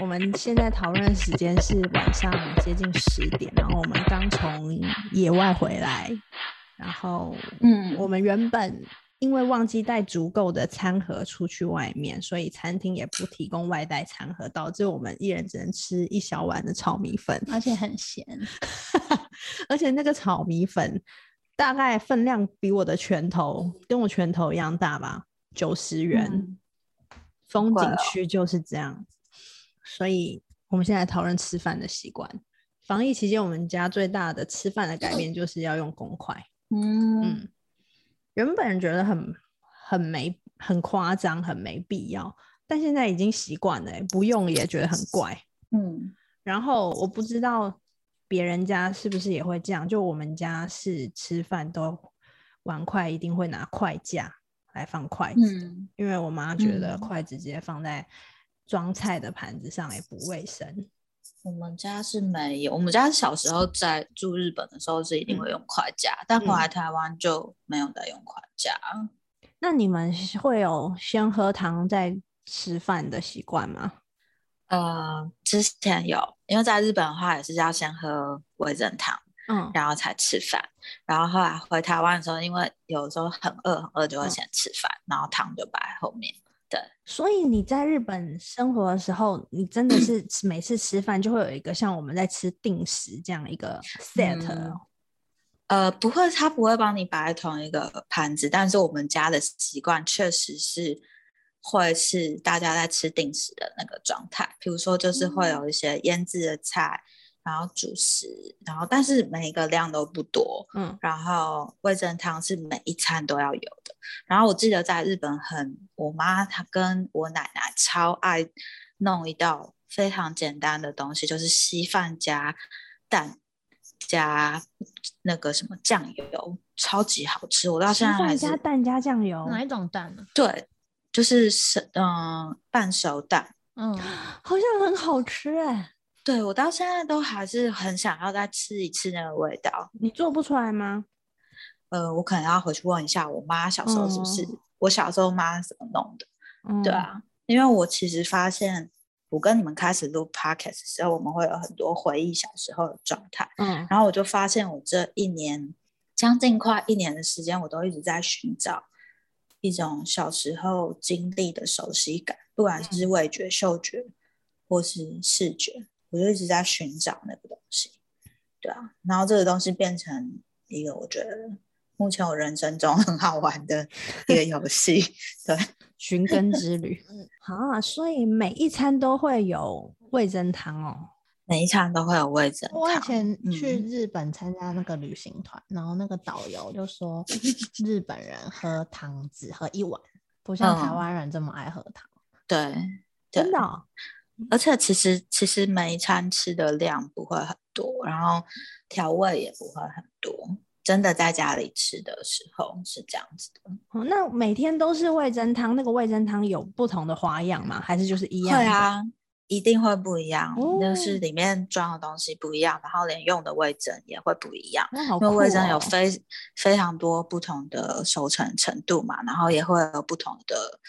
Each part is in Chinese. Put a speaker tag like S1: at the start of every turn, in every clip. S1: 我们现在讨论的时间是晚上接近十点，然后我们刚从野外回来，然后
S2: 嗯
S1: 我们原本因为忘记带足够的餐盒出去外面，所以餐厅也不提供外带餐盒，导致我们一人只能吃一小碗的炒米粉，
S2: 而且很咸，
S1: 而且那个炒米粉大概分量比我的拳头跟我拳头一样大吧，九十元。
S2: 嗯
S1: 风
S2: 怪
S1: 景
S2: 哦
S1: 区就是这样。所以我们现在讨论吃饭的习惯。防疫期间，我们家最大的吃饭的改变就是要用公筷。
S2: 嗯
S1: 嗯，原本觉得很很没很夸张，很没必要，但现在已经习惯了欸、不用也觉得很怪。
S2: 嗯
S1: 然后我不知道别人家是不是也会这样，就我们家是吃饭都碗筷一定会拿筷架来放筷子，
S2: 嗯，
S1: 因为我妈觉得
S2: 嗯
S1: 筷子直接放在装菜的盘子上也不卫生。
S2: 我们家是没有，我们家小时候在住日本的时候是一定会用筷架，但回来台湾就没有再用筷架。
S1: 那你们是会有先喝汤再吃饭的习惯吗？
S2: 呃，之前有，因为在日本的话也是要先喝味噌汤，
S1: 嗯，
S2: 然后才吃饭。然后后来回台湾的时候，因为有时候很饿很饿，就会先吃饭，然后汤就摆在后面。
S1: 所以你在日本生活的时候，你真的是吃每次吃饭就会有一个像我们在吃定时这样一个 set，、哦
S2: 嗯呃，不会，他不会帮你摆在同一个盘子，但是我们家的习惯确实是会是大家在吃定时的那个状态。比如说，就是会有一些腌制的菜，然后主食，然后但是每一个量都不多，
S1: 嗯
S2: 然后味噌汤是每一餐都要有的。然后我记得在日本很，我妈她跟我奶奶超爱弄一道非常简单的东西，就是稀饭加蛋加那个什么酱油，超级好吃。我到
S1: 稀
S2: 现在还
S1: 饭
S2: 是
S1: 加蛋加酱油，
S3: 哪一种蛋呢、
S2: 对，就是是嗯、半熟蛋。
S3: 嗯，
S1: 好像很好吃哎、
S2: 对我到现在都还是很想要再吃一次那个味道。
S1: 你做不出来吗？
S2: 呃，我可能要回去问一下我妈小时候是不是、
S1: 嗯
S2: 我小时候妈怎么弄的。
S1: 嗯
S2: 对，啊，因为我其实发现，我跟你们开始录 podcast 的时候，我们会有很多回忆小时候的状态。
S1: 嗯
S2: 然后我就发现，我这一年将近快一年的时间，我都一直在寻找一种小时候经历的熟悉感，不管是味觉、嗅觉或是视觉，我就一直在寻找那个东西。对啊，然后这个东西变成一个我觉得目前我人生中很好玩的一个游戏。对，
S1: 寻根之旅 啊，所以每一餐都会有味噌汤哦。
S2: 每一场都会有味噌
S3: 我以
S2: 汤
S3: 前去
S2: 嗯
S3: 日本参加那个旅行团，然后那个导游就 说，日本人喝汤只喝一碗，不像台
S2: 嗯
S3: 湾人这么爱喝汤。
S2: 对，
S1: 真
S2: 对
S1: 的哦、
S2: 而且其实其实每一餐吃的量不会很多，然后调味也不会很多，真的在家里吃的时候是这样子的。
S1: 哦那每天都是味噌汤，那个味噌汤有不同的花样吗？还是就是一样？
S2: 会，啊，一定会不一样，就
S1: 哦
S2: 是里面装的东西不一样，然后连用的味噌也会不一样。
S1: 那好酷
S2: 因
S1: 哦、
S2: 为味噌有非非常多不同的熟成程度嘛，然后也会有不同的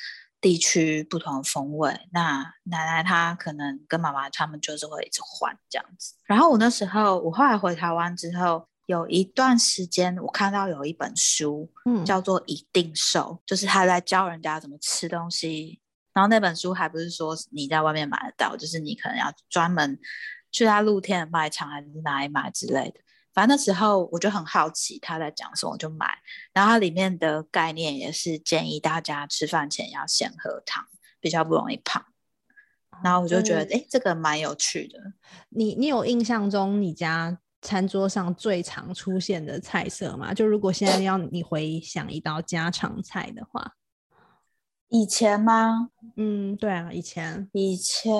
S2: 地区、不同的风味。那奶奶她可能跟妈妈他们就是会一直换这样子。然后我那时候，我后来回台湾之后，有一段时间我看到有一本书
S1: 嗯
S2: 叫做《一定瘦》，就是他在教人家怎么吃东西。然后那本书还不是说你在外面买得到，就是你可能要专门去他露天的卖场还是哪里买之类的。反正那时候我就很好奇他在讲什么，我就买。然后它里面的概念也是建议大家吃饭前要先喝汤，比较不容易胖。然后我就觉得，
S1: 是
S2: 哎、这个蛮有趣的。
S1: 你你有印象中你家餐桌上最常出现的菜色吗？就如果现在要你回想一道家常菜的话，
S2: 以前吗？
S1: 嗯，对啊，以前
S2: 以前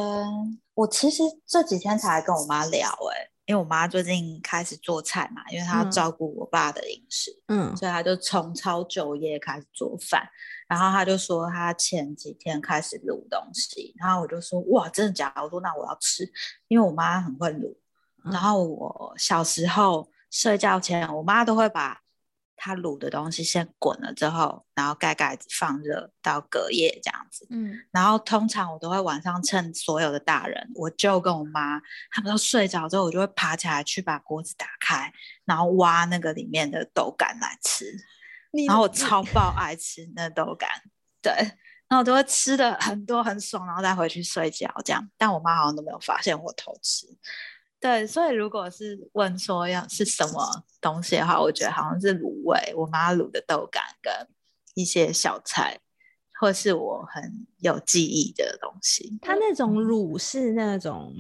S2: 我其实这几天才跟我妈聊、哎，因为我妈最近开始做菜嘛，因为她要
S1: 嗯
S2: 照顾我爸的饮食。
S1: 嗯
S2: 所以他就重操旧业开始做饭。然后他就说他前几天开始卤东西，然后我就说哇，真的假的？我说那我要吃，因为我妈很会卤。
S1: 嗯
S2: 然后我小时候睡觉前，我妈都会把它卤的东西先滚了之后，然后盖盖子放热到隔夜这样子。
S3: 嗯，
S2: 然后通常我都会晚上趁所有的大人，我舅跟我妈他们都睡着之后，我就会爬起来去把锅子打开，然后挖那个里面的豆干来吃。
S1: 你
S2: 然后我超爆爱吃那豆干，对，然后我都会吃的很多很爽，然后再回去睡觉这样。但我妈好像都没有发现我偷吃。对，所以如果是问说要是什么东西的话，我觉得好像是卤味，我妈卤的豆干跟一些小菜，或是我很有记忆的东西，
S1: 它那
S2: 嗯
S1: 种卤是那种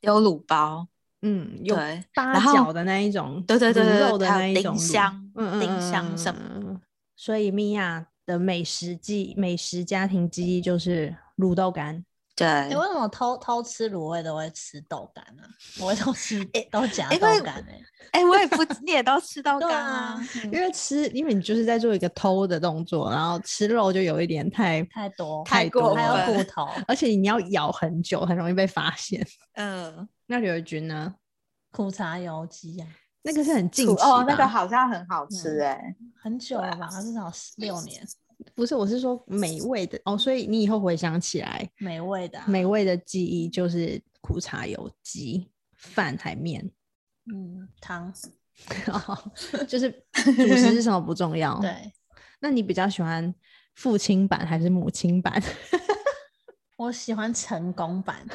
S2: 丢卤包，
S1: 嗯有
S2: 对，
S1: 八
S2: 然后
S1: 角的那一种，
S2: 对对对
S1: 卤
S2: 对
S1: 肉的
S2: 还有
S1: 那一
S2: 丁
S1: 种卤
S2: 香
S1: 嗯
S2: 丁香什么
S1: 么。嗯嗯所以米娅的美食记、美食家庭记忆就是卤豆干。
S2: 对，
S3: 你、哎为什么偷偷吃卤味都会吃豆干呢、我会偷吃都夹
S2: 因
S3: 豆
S2: 为
S3: 干哎、
S2: 哎、我也不，你也都 吃豆
S3: 对
S2: 干
S3: 啊
S2: 啊，嗯
S1: 因为吃，因为你就是在做一个偷的动作，然后吃肉就有一点太，
S3: 太多，
S1: 太
S2: 过
S3: 还
S1: 多
S3: 有
S1: 了
S3: 骨头，
S1: 而且你要咬很久，很容易被发现。
S2: 嗯。
S1: 那刘宇君呢？
S3: 苦茶油鸡啊，
S1: 那个是很近
S2: 醋
S1: 期
S2: 哦，那
S1: 吧
S2: 个好像很好吃
S3: 嗯
S2: 哎、
S3: 很久了吧，至少十六年，
S1: 不是，我是说美味的哦。所以你以后回想起来，
S3: 美味的、啊，
S1: 美味的记忆就是苦茶油鸡、饭还面，
S3: 嗯汤，
S1: 就是主食是什么不重要。，
S3: 对
S1: 那你比较喜欢父亲版还是母亲版？
S3: 我喜欢成功版，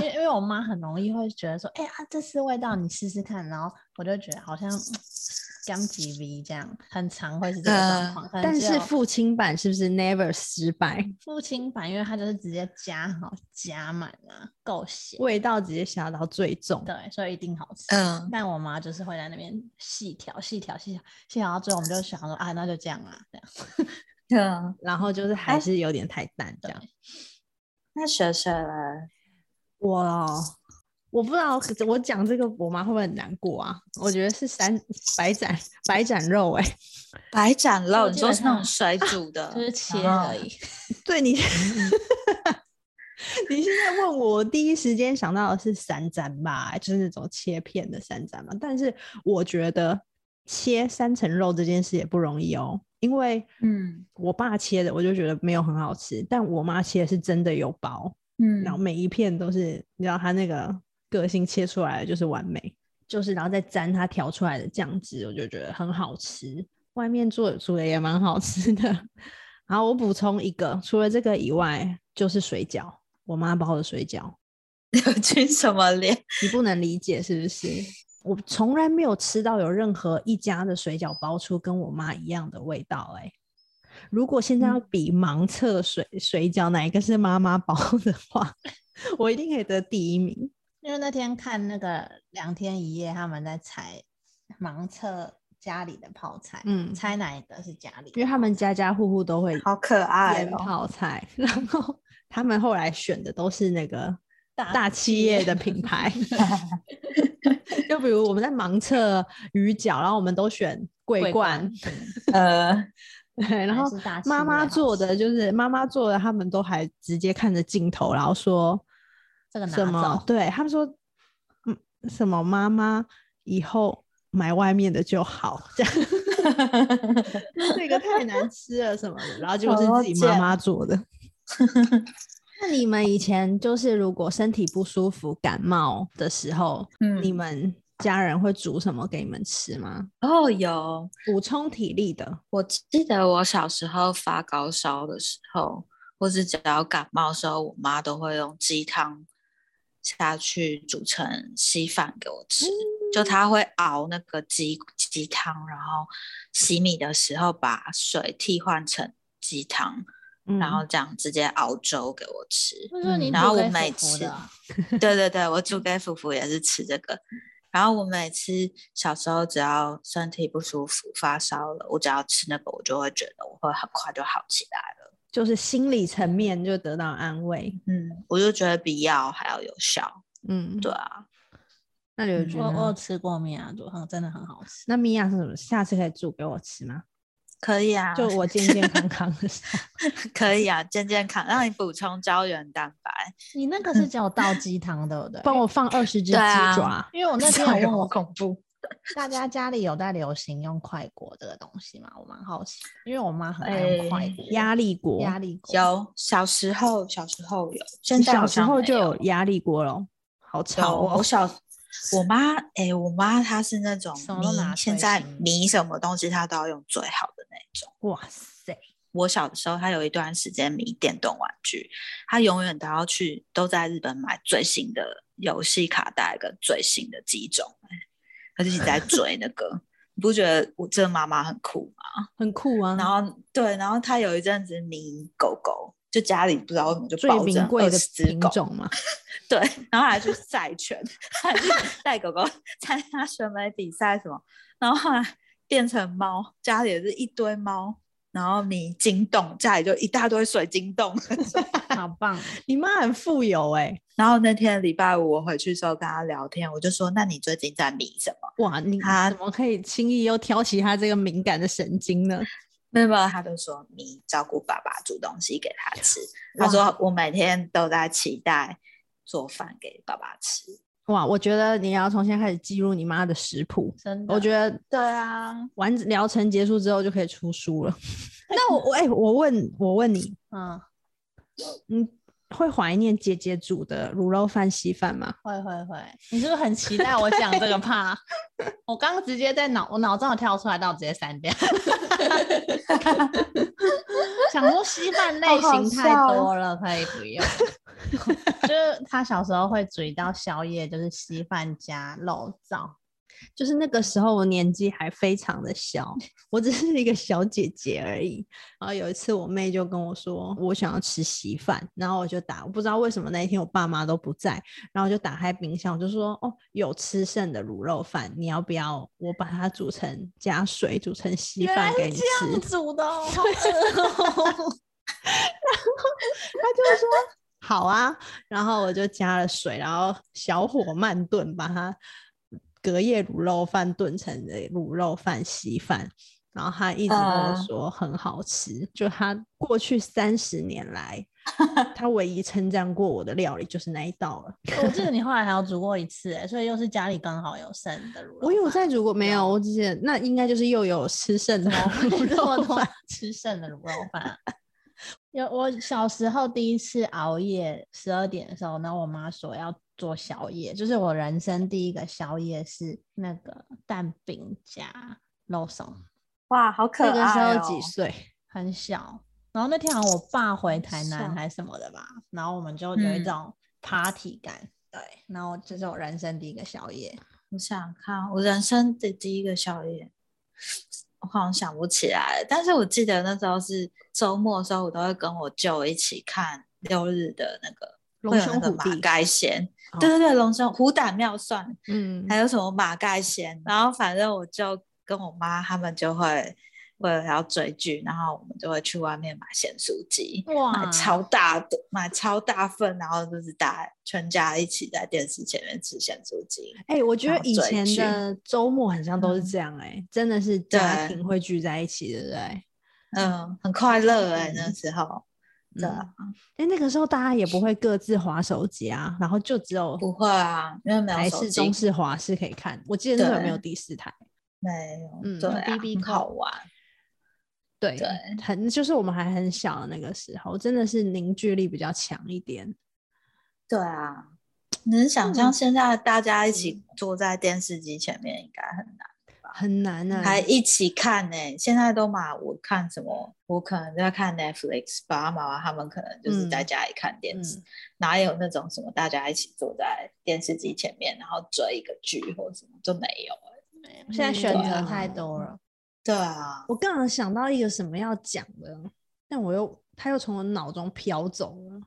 S3: 因为因为我妈很容易会觉得说，哎、呀、这次味道你试试看，然后我就觉得好像。刚几 V 这样，很常会是这个状
S2: 嗯
S3: 况。可能
S1: 但
S3: 只
S1: 是
S3: 有
S1: 父亲版是不是 never 失败？
S3: 父亲版，因为它就是直接加好加满啊，够咸，
S1: 味道直接下到最重。
S3: 对，所以一定好吃。
S1: 呃
S2: 嗯，
S3: 但我妈就是会在那边细调、细调、细调、细调，到最后我们就想说啊，那就这样啦，这样。
S2: 嗯，
S1: 然后就是
S3: 哎
S1: 还是有点太淡这样。
S2: 那学学嘞，
S1: 我哦我不知道，可是我讲这个我妈会不会很难过啊？我觉得是三白斩白斩肉哎、
S2: 白斩肉，
S3: 我
S2: 你
S3: 基
S2: 说
S3: 本
S2: 是那种
S3: 上
S2: 水 煮的，
S3: 就是切
S2: 然后
S3: 而已。
S1: 对你， 你现在问我，我第一时间想到的是三斩吧，就是那种切片的三斩嘛。但是我觉得切三层肉这件事也不容易哦，因为
S2: 嗯
S1: 我爸切的我就觉得没有很好吃，但我妈切的是真的有薄，
S2: 嗯
S1: 然后每一片都是，你知道它那个个性切出来的就是完美，就是然后再沾它调出来的酱汁，我就觉得很好吃。外面做煮的也蛮好吃的。好，我补充一个，除了这个以外，就是水饺，我妈包的水饺，
S2: 有句什么脸？
S1: 你不能理解是不是？我从来没有吃到有任何一家的水饺包出跟我妈一样的味道、欸。哎，如果现在要比盲测水水饺哪一个是妈妈包的话，我一定可以得第一名。
S3: 因为那天看那个两天一夜，他们在猜盲测家里的泡菜，
S1: 嗯
S3: 猜哪一个是家里的
S1: 因为他们家家户户都会
S2: 好可爱
S1: 腌
S2: 哦，
S1: 泡菜， 然后他们后来选的都是那个
S3: 大
S1: 大企业的品 牌。就比如我们在盲测鱼饺，然后我们都选桂冠，，
S2: 呃，
S1: 对，然后
S3: 还是大企业
S1: 妈妈做的就是妈妈做的，他们都还直接看着镜头，然后说
S3: 这个拿
S1: 什么
S3: 走？
S1: 对他们说，嗯，什么妈妈以后买外面的就好，这样 这个太难吃了什么的，然后结果是
S2: 好
S1: 自己妈
S2: 贱
S1: 妈做的。哦 那你们以前就是如果身体不舒服、感冒的时候，
S2: 嗯
S1: 你们家人会煮什么给你们吃吗？
S2: 哦有，
S1: 补充体力的，
S2: 我记得我小时候发高烧的时候，或是只要感冒的时候，我妈都会用鸡汤下去煮成稀饭给我吃。
S3: 嗯
S2: 就她会熬那个鸡鸡汤，然后洗米的时候把水替换成鸡汤，
S1: 嗯
S2: 然后这样直接熬粥给我吃。
S3: 就是
S1: 嗯
S3: 你
S2: 然后
S3: 煮
S2: 我
S3: 给
S2: 每
S3: 福福
S2: 次
S3: 的啊
S2: 对对对，我煮给福福也是吃这个。然后我每次小时候只要身体不舒服、发烧了，我只要吃那个，我就会觉得我会很快就好起来了。
S1: 就是心理层面就得到安慰。
S2: 嗯，我就觉得比药还要有效。
S1: 嗯，
S2: 对。啊，
S1: 那刘觉
S3: 我我有
S1: 得，
S3: 吃过面啊，煮很真的很好吃。
S1: 那米娅是什么？下次可以煮给我吃吗？
S2: 可以啊，
S1: 就我健健康康的时候，
S2: 可以啊，健健康，让你补充胶原蛋白。
S3: 你那个是只有倒鸡汤对不对？
S1: 帮我放二十只鸡
S2: 对啊
S1: 爪。
S3: 因为我那天有
S2: 哎
S3: 问
S2: 呦
S3: 我
S2: 好恐怖，
S3: 大家家里有在流行用快果这个东西吗？我蛮好奇，因为我妈很爱
S2: 哎
S3: 用快果，
S1: 压力锅，
S3: 压力锅。
S2: 有小时候，小时候有，现
S1: 你
S2: 在好
S1: 小时
S2: 像
S1: 候
S2: 没
S1: 就
S2: 有
S1: 有压力锅了，好吵
S2: 有我
S1: 哦。
S2: 小我妈，哎、我妈她是那种
S3: 什么都拿
S2: 迷，现
S3: 最
S2: 在
S3: 新
S2: 迷什么东西她都要用最好的那种。
S1: 哇塞，
S2: 我小的时候，她有一段时间迷电动玩具，她永远都要去都在日本买最新的游戏卡带跟最新的机种、哎她就一 直在追那个。你不觉得我这个妈妈很酷吗？
S1: 很酷啊！
S2: 然后对，然后她有一阵子迷狗狗，就家里不知道为什么就
S1: 最
S2: 暴
S1: 名
S2: 增
S1: 贵的
S2: 20只
S1: 品
S2: 狗
S1: 种嘛，
S2: 对，然后还去赛犬，还去带狗狗参加选美比赛什么，然后后来变成猫，家里也是一堆猫，然后迷金洞，家里就一大堆水晶洞。
S3: 好棒！哦
S1: 你妈很富有哎、
S2: 然后那天礼拜五我回去之后跟他聊天，我就说：“那你最近在迷什么
S1: 哇，你
S2: 她
S1: 怎么可以轻易又挑起她这个敏感的神经呢？？”
S2: 没有没有，他就说迷照顾爸爸煮东西给他吃。他说我每天都在期待做饭给爸爸吃。
S1: 哇，我觉得你要从现在开始记录你妈的食谱，
S3: 真的，
S1: 我觉得
S3: 对啊，
S1: 完疗程结束之后就可以出书了。那我我哎、我问我问你，
S3: 嗯，
S1: 你会怀念姐姐煮的卤肉饭、稀饭吗？
S3: 会会会，你是不是很期待我讲这个怕？我刚刚直接在脑我脑中有跳出来，但我直接删掉。 想说稀饭类
S2: 好
S3: 型太
S2: 笑哦
S3: 多了，可以不用。 就是他小时候会煮一道宵夜，就是稀饭加肉燥，
S1: 就是那个时候我年纪还非常的小，我只是一个小姐姐而已。然后有一次我妹就跟我说，我想要吃稀饭，然后我就打，我不知道为什么那一天我爸妈都不在，然后我就打开冰箱，我就说哦，有吃剩的卤肉饭，你要不要我把它煮成加水煮成稀
S3: 原
S1: 饭
S3: 来
S1: 给
S3: 是
S1: 你
S3: 这
S1: 吃
S3: 样？煮 的哦， 好饿哦
S1: 他就说好啊，然后我就加了水，然后小火慢炖，把它隔夜卤肉饭炖成的卤肉饭稀饭。然后他一直跟我
S2: 嗯
S1: 说很好吃，就他过去三十年 来，他唯一称赞过我的料理就是那一道了。
S3: 我记得你后来还有煮过一次、欸，所以又是家里刚好有剩的卤肉
S1: 我有在
S3: 饭
S1: 煮过
S2: 哦
S1: 没有？
S3: 有
S1: 我只是那应该就是又有吃剩 的卤
S3: 这么
S1: 肉
S3: 多
S1: 饭。
S3: 吃剩的卤肉饭啊。有我小时候第一次熬夜十二点的时候，然后我妈说要做宵夜，就是我人生第一个宵夜是那个蛋饼加肉松，
S1: 嗯
S2: 哇，好可
S1: 那个时
S2: 爱、哦！
S1: 候几岁？
S3: 很小。然后那天好像我爸回台
S2: 小
S3: 南还是什么的吧，然后我们就有一
S2: 嗯
S3: 种 party 感，对。然后这是我人生第一个宵夜，
S2: 我想想看，我人生的第一个宵夜，我好像想不起来了。但是我记得那时候是周末的时候，我都会跟我舅一起看六日的那个
S1: 龙
S2: 会有那
S1: 兄
S2: 个
S1: 虎
S2: 马
S1: 弟，
S2: 盖先，
S1: 哦
S2: 对对对，龙兄虎胆妙算，
S1: 嗯，
S2: 还有什么马盖先，然后反正我就跟我妈他们就会为了要追剧，然后我们就会去外面买咸酥鸡。买
S1: 嗯
S3: 哇，
S2: 超大的，买超大份，然后就是大家全家一起在电视前面吃咸酥鸡。
S1: 哎、我觉
S2: 然
S1: 得
S2: 后
S1: 以
S2: 追
S1: 前
S2: 剧
S1: 的周末好像都是
S3: 嗯
S1: 这样、哎、真的是家
S2: 对
S1: 庭会聚在一起，对不对？
S2: 嗯，很快乐哎、那
S1: 嗯
S2: 时候，对啊
S1: 嗯，哎、那个时候大家也不会各自划手机啊，然后就只有
S2: 不会啊，因为没
S1: 台
S2: 有手
S1: 式、
S2: 机，
S1: 中式、华式可以看。我记得那时候也没有
S2: 对
S1: 第四台，
S2: 没有，
S1: 嗯
S2: 对
S1: 用
S2: 啊
S3: BB
S2: 很好
S3: 扣
S2: 玩，
S1: 对，
S2: 对
S1: 很就是我们还很小的那个时候，真的是凝聚力比较强一点。
S2: 对啊，能想象
S1: 嗯
S2: 现在大家一起坐在电视机前面应该很难，
S1: 很难啊，
S2: 还一起看呢、现在都嘛，我看什么，我可能在看 Netflix，爸爸妈妈他们可能就是在
S1: 嗯
S2: 家里看电视，
S1: 嗯
S2: 哪有那种什么大家一起坐在电视机前面然后追一个剧或什么就没有欸、
S3: 现在选
S2: 对
S3: 择
S2: 啊
S3: 太多 了。
S2: 对啊，
S1: 我刚刚想到一个什么要讲的，但我又他又从我脑中飘走了。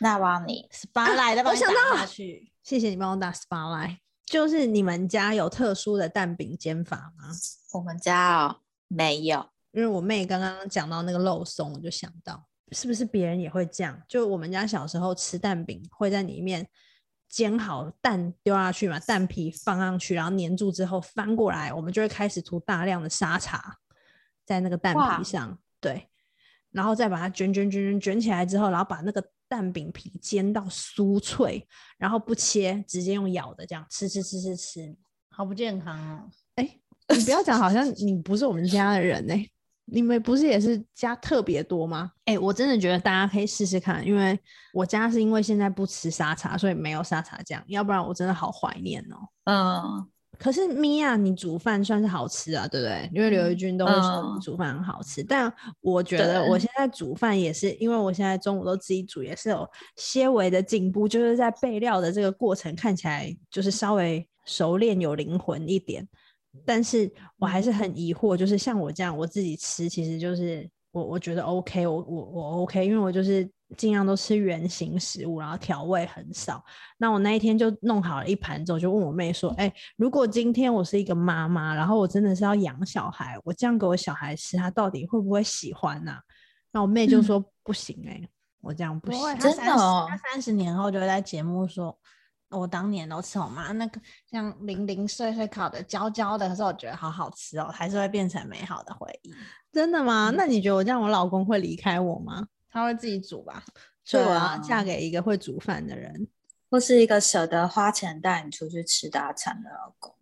S2: 那帮你
S3: s p a 来的，
S1: 我想到
S3: 下去。
S1: 谢谢你帮我打 spotlight。就是你们家有特殊的蛋饼煎法吗？
S2: 我们家哦没有。
S1: 因为我妹刚刚讲到那个肉松，我就想到是不是别人也会这样？就我们家小时候吃蛋饼，会在里面煎好蛋丢下去嘛，蛋皮放上去，然后粘住之后翻过来，我们就会开始涂大量的沙茶在那个蛋
S2: 哇
S1: 皮上，对，然后再把它卷卷卷卷卷起来之后，然后把那个蛋饼皮煎到酥脆，然后不切，直接用咬的这样吃吃吃吃吃，
S3: 好不健康哦。
S1: 你不要讲，好像你不是我们家的人呢、欸你们不是也是家特别多吗？哎、我真的觉得大家可以试试看，因为我家是因为现在不吃沙茶，所以没有沙茶酱，要不然我真的好怀念哦。
S2: 嗯，
S1: 可是米娅，你煮饭算是好吃啊，对不对？因为刘玉君都会说
S2: 嗯
S1: 你煮饭很好吃，但我觉得
S2: 对
S1: 我现在煮饭也是，因为我现在中午都自己煮，也是有些微的进步，就是在备料的这个过程看起来就是稍微熟练有灵魂一点，但是我还是
S2: 嗯
S1: 很疑惑，就是像我这样我自己吃，其实就是我我觉得 OK，我我我 OK，因为我就是尽量都吃原形食物，然后调味很少。那我那一天就弄好了一盘之后，就问我妹说：“哎、如果今天我是一个妈妈，然后我真的是要养小孩，我这样给我小孩吃，他到底会不会喜欢呐、那我妹就说：“不行哎、我这样不行。
S3: 会，他
S2: 真
S3: 三
S2: 的
S3: 十
S2: 哦
S3: 他三十年后就会在节目说，我当年都吃我妈那个像零零碎碎烤的焦焦的，可是我觉得好好吃哦，还是会变成美好的回忆。
S1: 真的吗？
S3: 嗯
S1: 那你觉得我这样，我老公会离开我吗？
S3: 他会自己煮吧？
S1: 所以
S2: 对
S1: 我要
S2: 啊
S1: 嫁给一个会煮饭的人。
S2: 或是一个舍得花钱带你出去吃大餐的老公。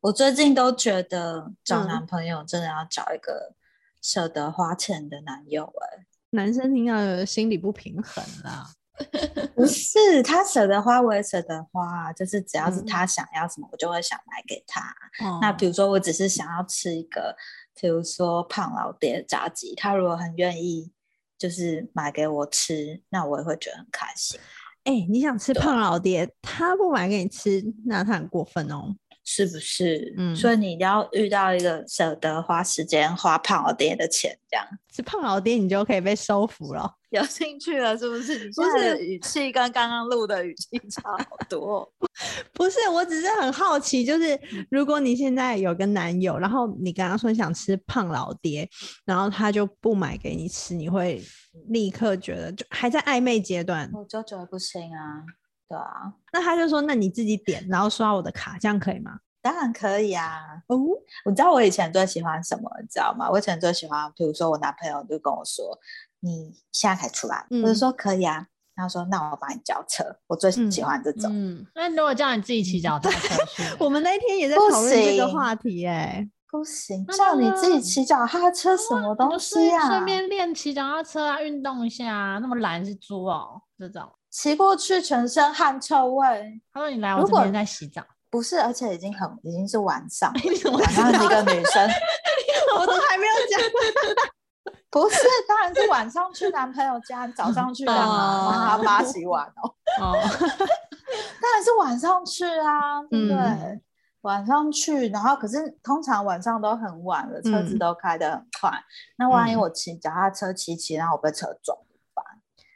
S2: 我最近都觉得找
S1: 嗯
S2: 男朋友真的要找一个舍得花钱的男友、欸，
S1: 嗯男生听到有心理不平衡啦。
S2: 不是他舍得花，我也舍得花啊，就是只要是
S1: 嗯哦
S2: 他想要什么，我就会想买给他。啊那
S3: 那
S2: 比如说，我只是想要吃一个，比如说胖老爹的炸鸡，他如果很愿意，就是买给我吃，那我也会觉得很开心。
S1: 哎、你想吃
S2: 对
S1: 胖老爹，他不买给你吃，那他很过分哦。
S2: 是不是？
S1: 嗯
S2: 所以你一定要遇到一个舍得花时间、花胖老爹的钱，这样
S1: 吃胖老爹，你就可以被收服了。
S2: 有兴趣了是不是？你
S1: 不
S2: 现在的
S1: 是
S2: 语气跟刚刚录的语气差好多哦。
S1: 不是，我只是很好奇，就是
S2: 嗯
S1: 如果你现在有个男友，然后你跟他说你想吃胖老爹，然后他就不买给你吃，你会立刻觉得就还在暧昧阶段，
S2: 我就觉得不行啊，对啊，
S1: 那他就说那你自己点，然后刷我的卡，这样可以吗？
S2: 当然可以啊。
S1: 哦，
S2: 你知道我以前最喜欢什么？你知道吗？我以前最喜欢，比如说我男朋友就跟我说：“你现在可以出来。我就
S1: 嗯
S2: 说：“可以啊。”他说：“那我帮你叫车。”我最喜
S1: 嗯
S2: 欢这种。
S3: 嗯，那如果叫你自己骑脚踏 车去呢，
S1: 我们那天也在
S2: 不
S1: 讨论这个
S2: 行
S1: 话题、哎，
S2: 不行，
S3: 那
S2: 叫
S3: 当
S2: 你自己
S3: 然
S2: 骑脚踏车什么东西啊？
S3: 顺便练骑脚踏车啊，运动一下啊，那么懒是猪哦，这种。
S2: 骑过去全身汗臭味。
S3: 他说你来我
S2: 如
S3: 这
S2: 果
S3: 边在洗 澡，
S2: 不是，而且已经很已经是 晚上了，
S1: 你 怎么
S2: 晚
S1: 知
S2: 上一
S1: 道
S2: 个女生，
S1: 我都还没有讲，
S2: 不是，当然是晚上去男朋友家，早上去干嘛？帮他
S1: 哦
S2: 妈洗碗哦，
S1: 哦，
S2: 当然是晚上去啊，对不对？
S1: 嗯
S2: 晚上去，然后可是通常晚上都很晚了，车子
S1: 嗯
S2: 都开得很快，那万一
S1: 嗯
S2: 我骑脚踏车骑骑，然后我被车撞怎么办？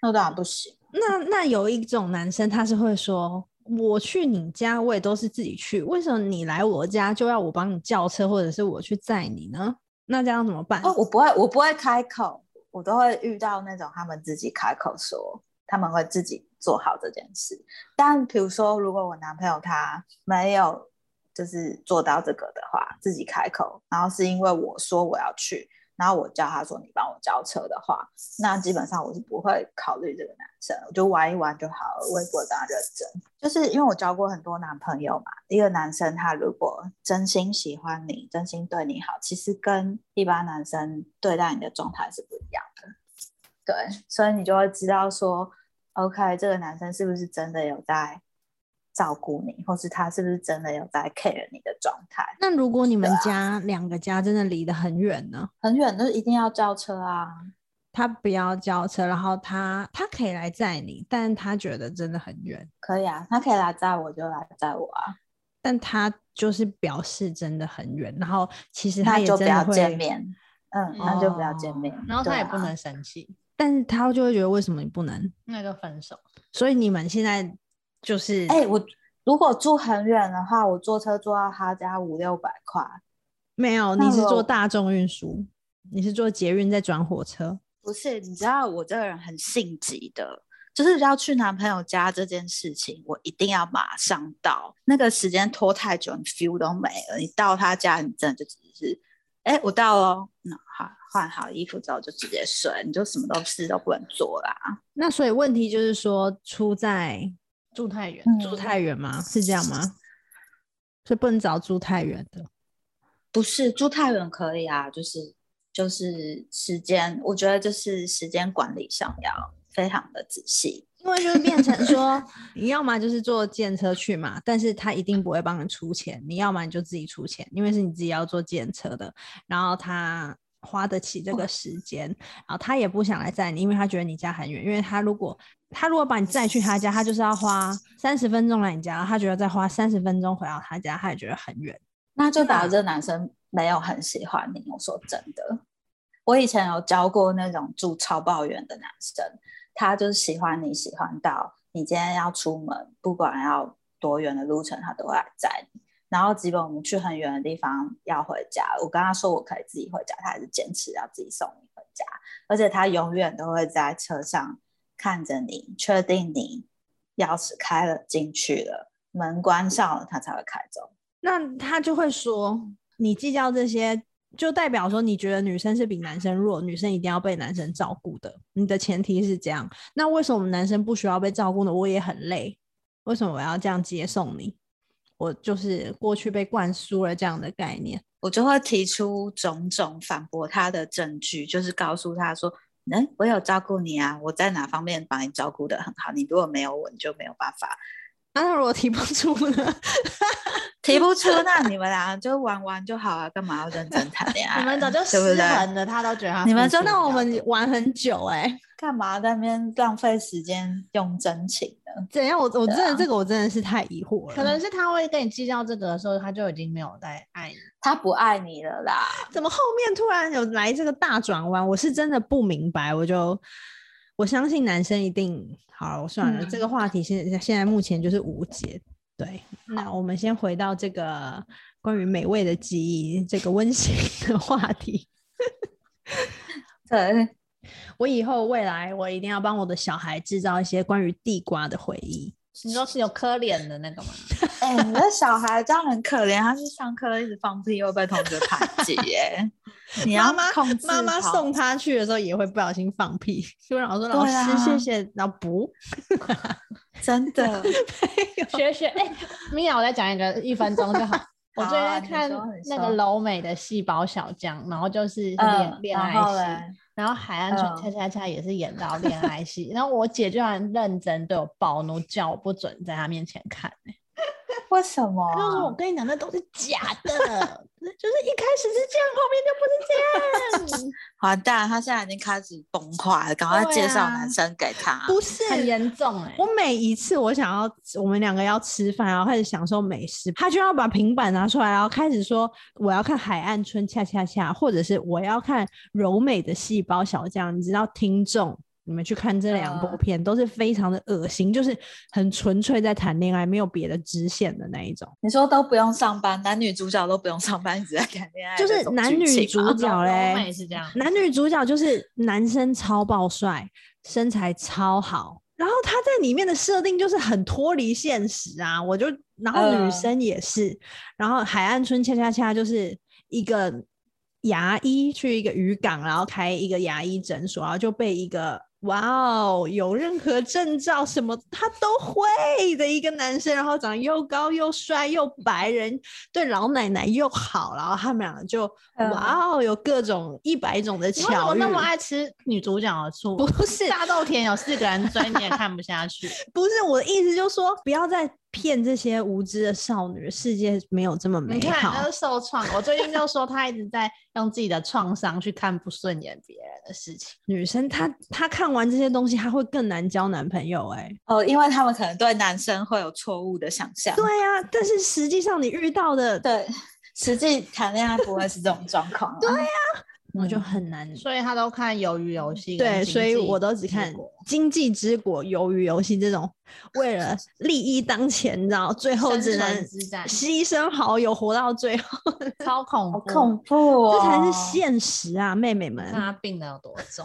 S2: 那当然不行。
S1: 那那有一种男生，他是会说，我去你家，我也都是自己去，为什么你来我家就要我帮你叫车，或者是我去载你呢？那这样怎么办？
S2: 哦，我不会，我不会开口，我都会遇到那种他们自己开口说，他们会自己做好这件事。但比如说，如果我男朋友他没有就是做到这个的话，自己开口，然后是因为我说我要去，然后我叫他说你帮我交车的话，那基本上我是不会考虑这个男生，我就玩一玩就好了，我也不会跟他认真。就是因为我交过很多男朋友嘛，一个男生他如果真心喜欢你，真心对你好，其实跟一般男生对待你的状态是不一样的。对，所以你就会知道说，OK，这个男生是不是真的有在照顾你，或是他是不是真的有在 care 你的状态。
S1: 那如果你们
S2: 对啊
S1: 家两个家真的离得很远呢？
S2: 很远都一定要叫车啊，
S1: 他不要叫车，然后他他可以来载你，但他觉得真的很远，
S2: 可以啊，他可以来载我就来载我啊，
S1: 但他就是表示真的很远，然后其实他
S2: 那
S1: 也
S2: 就
S1: 真
S2: 不
S1: 的
S2: 要
S1: 会
S2: 见，面，嗯，那就不要见
S1: 哦
S2: 面，
S3: 然后
S2: 对
S3: 他也不
S2: 啊
S3: 能生气，
S1: 但是他就会觉得为什么你不能？
S3: 那就分手。
S1: 所以你们现在就是
S2: 哎、我如果住很远的话，我坐车坐到他家五六百块，
S1: 没有，
S2: 那
S1: 你是
S2: 我
S1: 坐大众运输，你是坐捷运再转火车。
S2: 不是？你知道我这个人很性急的，就是要去男朋友家这件事情，我一定要马上到。那个时间拖太久，你 feel 都没了。你到他家，你真的就只是，哎、我到了，那好，换好衣服之后就直接睡，你就什么都事都不能做啦。
S1: 那所以问题就是说，出在
S3: 住太远，
S2: 嗯
S1: 住太远吗？是这样吗？所以不能找住太远的。
S2: 不是住太远可以啊，就是就是时间，我觉得就是时间管理上要非常的仔细。
S1: 因为就是变成说， 你要么就是坐电车去嘛，但是他一定不会帮你出钱，你要么你就自己出钱，因为是你自己要坐电车的，然后他花得起这个时间，然后他也不想来载你，因为他觉得你家很远，因为他如果他如果把你载去他家，他就是要花三十分钟来你家，他觉得再花三十分钟回到他家，他也觉得很远。
S2: 那就表示这男生没有很喜欢你。我说真的，我以前有教过那种住超抱远的男生，他就是喜欢你，喜欢到你今天要出门，不管要多远的路程，他都会来载你。然后，基本我们去很远的地方要回家，我跟他说我可以自己回家，他还是坚持要自己送你回家。而且他永远都会在车上看着你，确定你钥匙开了进去了，门关上了，他才会开走。
S1: 那他就会说，你计较这些，就代表说你觉得女生是比男生弱，女生一定要被男生照顾的，你的前提是这样。那为什么男生不需要被照顾呢？我也很累，为什么我要这样接送你？我就是过去被灌输了这样的概念。
S2: 我就会提出种种反驳他的证据，就是告诉他说：“嗯，我有照顾你啊，我在哪方面把你照顾的很好，你如果没有我，你就没有办法
S1: 那、啊、那如果提不出呢？
S2: 提不出。那你们俩就玩玩就好啊，干嘛要认真谈恋爱？啊
S3: 你们早就失
S2: 对不对？
S3: 衡了，他都觉得 他
S1: 你们
S3: 付出
S1: 真的
S3: 比
S1: 我
S3: 较
S1: 们
S3: 多
S1: 玩很久哎、
S2: 干嘛在那边浪费时间用真情呢？
S1: 怎样？我我真
S2: 对
S1: 的
S2: 啊
S1: 这个我真的是太疑惑了。
S3: 可能是他会跟你计较这个的时候，他就已经没有在爱你。
S2: 他不爱你了啦。
S1: 怎么后面突然有来这个大转弯？我是真的不明白，我就我相信男生一定好了，我算了，
S2: 嗯
S1: 这个话题现现在目前就是无解。对，那我们先回到这个关于美味的记忆这个温馨的话题。
S2: 对，
S1: 我以后未来我一定要帮我的小孩制造一些关于地瓜的回忆。
S3: 你说是有磕脸的那 个吗？
S2: 哎、你的小孩这样很可怜，他去上课一直放屁，又被同学排挤耶。你
S1: 妈
S2: 要
S1: 妈
S2: 控制
S1: 妈妈
S2: 好
S1: 送他去的时候也会不小心放屁，就让我说老
S2: 对啊
S1: 师谢谢，然后不，
S2: 真的。
S3: 学学，哎、米娅，我再讲一个一分钟 就好。我
S2: 好
S3: 最近
S2: 啊
S3: 在
S2: 你
S3: 看
S2: 说你
S3: 那个
S2: 说
S3: 柔美的《细胞小将》，然后就是
S2: 嗯
S3: 恋，恋
S2: 然
S3: 爱
S2: 后
S3: 戏，
S2: 嘞，
S3: 然后海岸村
S2: 嗯
S3: 恰恰恰也是演到恋爱戏，然后我姐居然认真对我暴怒，叫我不准在她面前看、欸，
S2: 为什么
S3: 她
S2: 啊？
S3: 就说我跟你讲那都是假的， 就是一开始是这样，后面就不是这样，
S2: 完蛋，他现在已经开始崩坏了，赶快
S3: 对
S2: 介绍
S3: 啊
S2: 男生给他。
S1: 不是
S3: 很严重哎、
S1: 我每一次我想要我们两个要吃饭，然后开始享受美食，他就要把平板拿出来，然后开始说我要看《海岸村恰恰恰》，或者是我要看《柔美的细胞小将》。你知道，听众你们去看这两部
S2: 嗯
S1: 片、都是非常的恶心，就是很纯粹在谈恋爱，没有别的支线的那一种。
S2: 你说都不用上班，男女主角都不用上班，一直在谈恋爱
S1: 就
S2: 的
S1: 是
S2: 这种剧情吗，
S1: 男女主角
S3: 柔
S1: 嘞
S3: 美是这样，
S1: 男女主角就是男生超爆帅，身材超好，然后他在里面的设定就是很脱离现实啊。我就，然后女
S2: 嗯
S1: 生也是，然后海岸村恰恰恰就是一个牙医去一个渔港，然后开一个牙医诊所，然后就被一个。哇哦，有任何证照什么他都会的一个男生，然后长得又高又帅又白人，对老奶奶又好，然后他们两个就、
S2: 嗯
S1: 哇哦，有各种一百种的
S3: 你为什
S1: 巧
S3: 么
S1: 遇。
S3: 那么爱吃女主角的醋？
S1: 不是
S3: 大豆田有四个人追你也看不 下去，
S1: 不是我的意思，就是说不要再骗这些无知的少女，世界没有这么美
S3: 你看
S1: 好。
S3: 他就受创。我最近就说他一直在用自己的创伤去看不顺眼别人的事情。
S1: 女生她她看完这些东西，她会更难交男朋友、欸。哎，
S2: 哦，因为他们可能对男生会有错误的想象。
S1: 对啊，但是实际上你遇到的，
S2: 对，实际谈恋爱不会是这种状况啊。对呀，
S1: 我就很难。
S3: 所以他都看《鱿鱼游戏》跟
S1: 对，
S3: 经
S1: 所以
S3: 济
S1: 我都只
S3: 嗯之
S1: 看《
S3: 国
S1: 经济之国》《鱿鱼游戏》这种，为了利益当前，你知道，最后
S3: 生
S1: 只
S3: 存
S1: 能
S3: 之 战，
S1: 牺牲好友活到最后，
S3: 超恐
S2: 好
S3: 怖，
S2: 恐怖哦，
S1: 这才是现实啊，妹妹们
S3: 看！他病得有多重，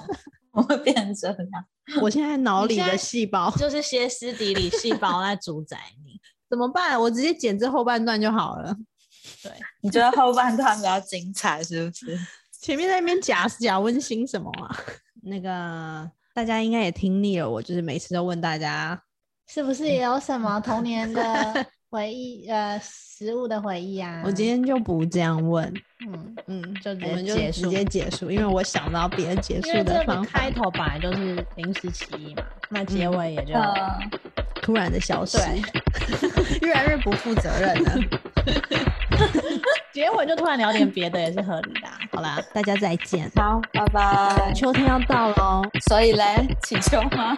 S2: 我会变成这样。
S1: 我 现在脑
S3: 你
S1: 里
S3: 现
S1: 的
S3: 在
S1: 细 胞
S3: 就是歇斯底里细胞在主宰 你。
S1: 怎么办？我直接剪这后半段就好了。
S2: 你觉得后半段比较精彩是不是？
S1: 前面在那边假假温馨什么啊？ 那个大家应该也听腻了，我就是每次都问大家，
S3: 是不是也有什么童年的回忆呃食物的回忆啊。
S1: 我今天就不这样问，
S3: 嗯，
S1: 嗯，
S3: 就直
S1: 我们
S3: 接
S1: 就
S3: 结
S1: 直
S3: 束
S1: 接结束，因为我想到别的结
S3: 因为
S1: 束
S3: 这
S1: 的
S3: 个
S1: 方法
S3: 开，头本来就是临时起意嘛，那结
S1: 嗯
S3: 尾也就、
S2: 呃，
S1: 突然的消失，
S3: 对，
S1: 越来越不负责任 了。
S3: 结尾就突然聊点别的也是合理的啊、好啦，
S1: 大家再见，
S2: 好，拜拜。
S3: 哦
S1: 秋天要到喽。
S2: 所以嘞，请求吗？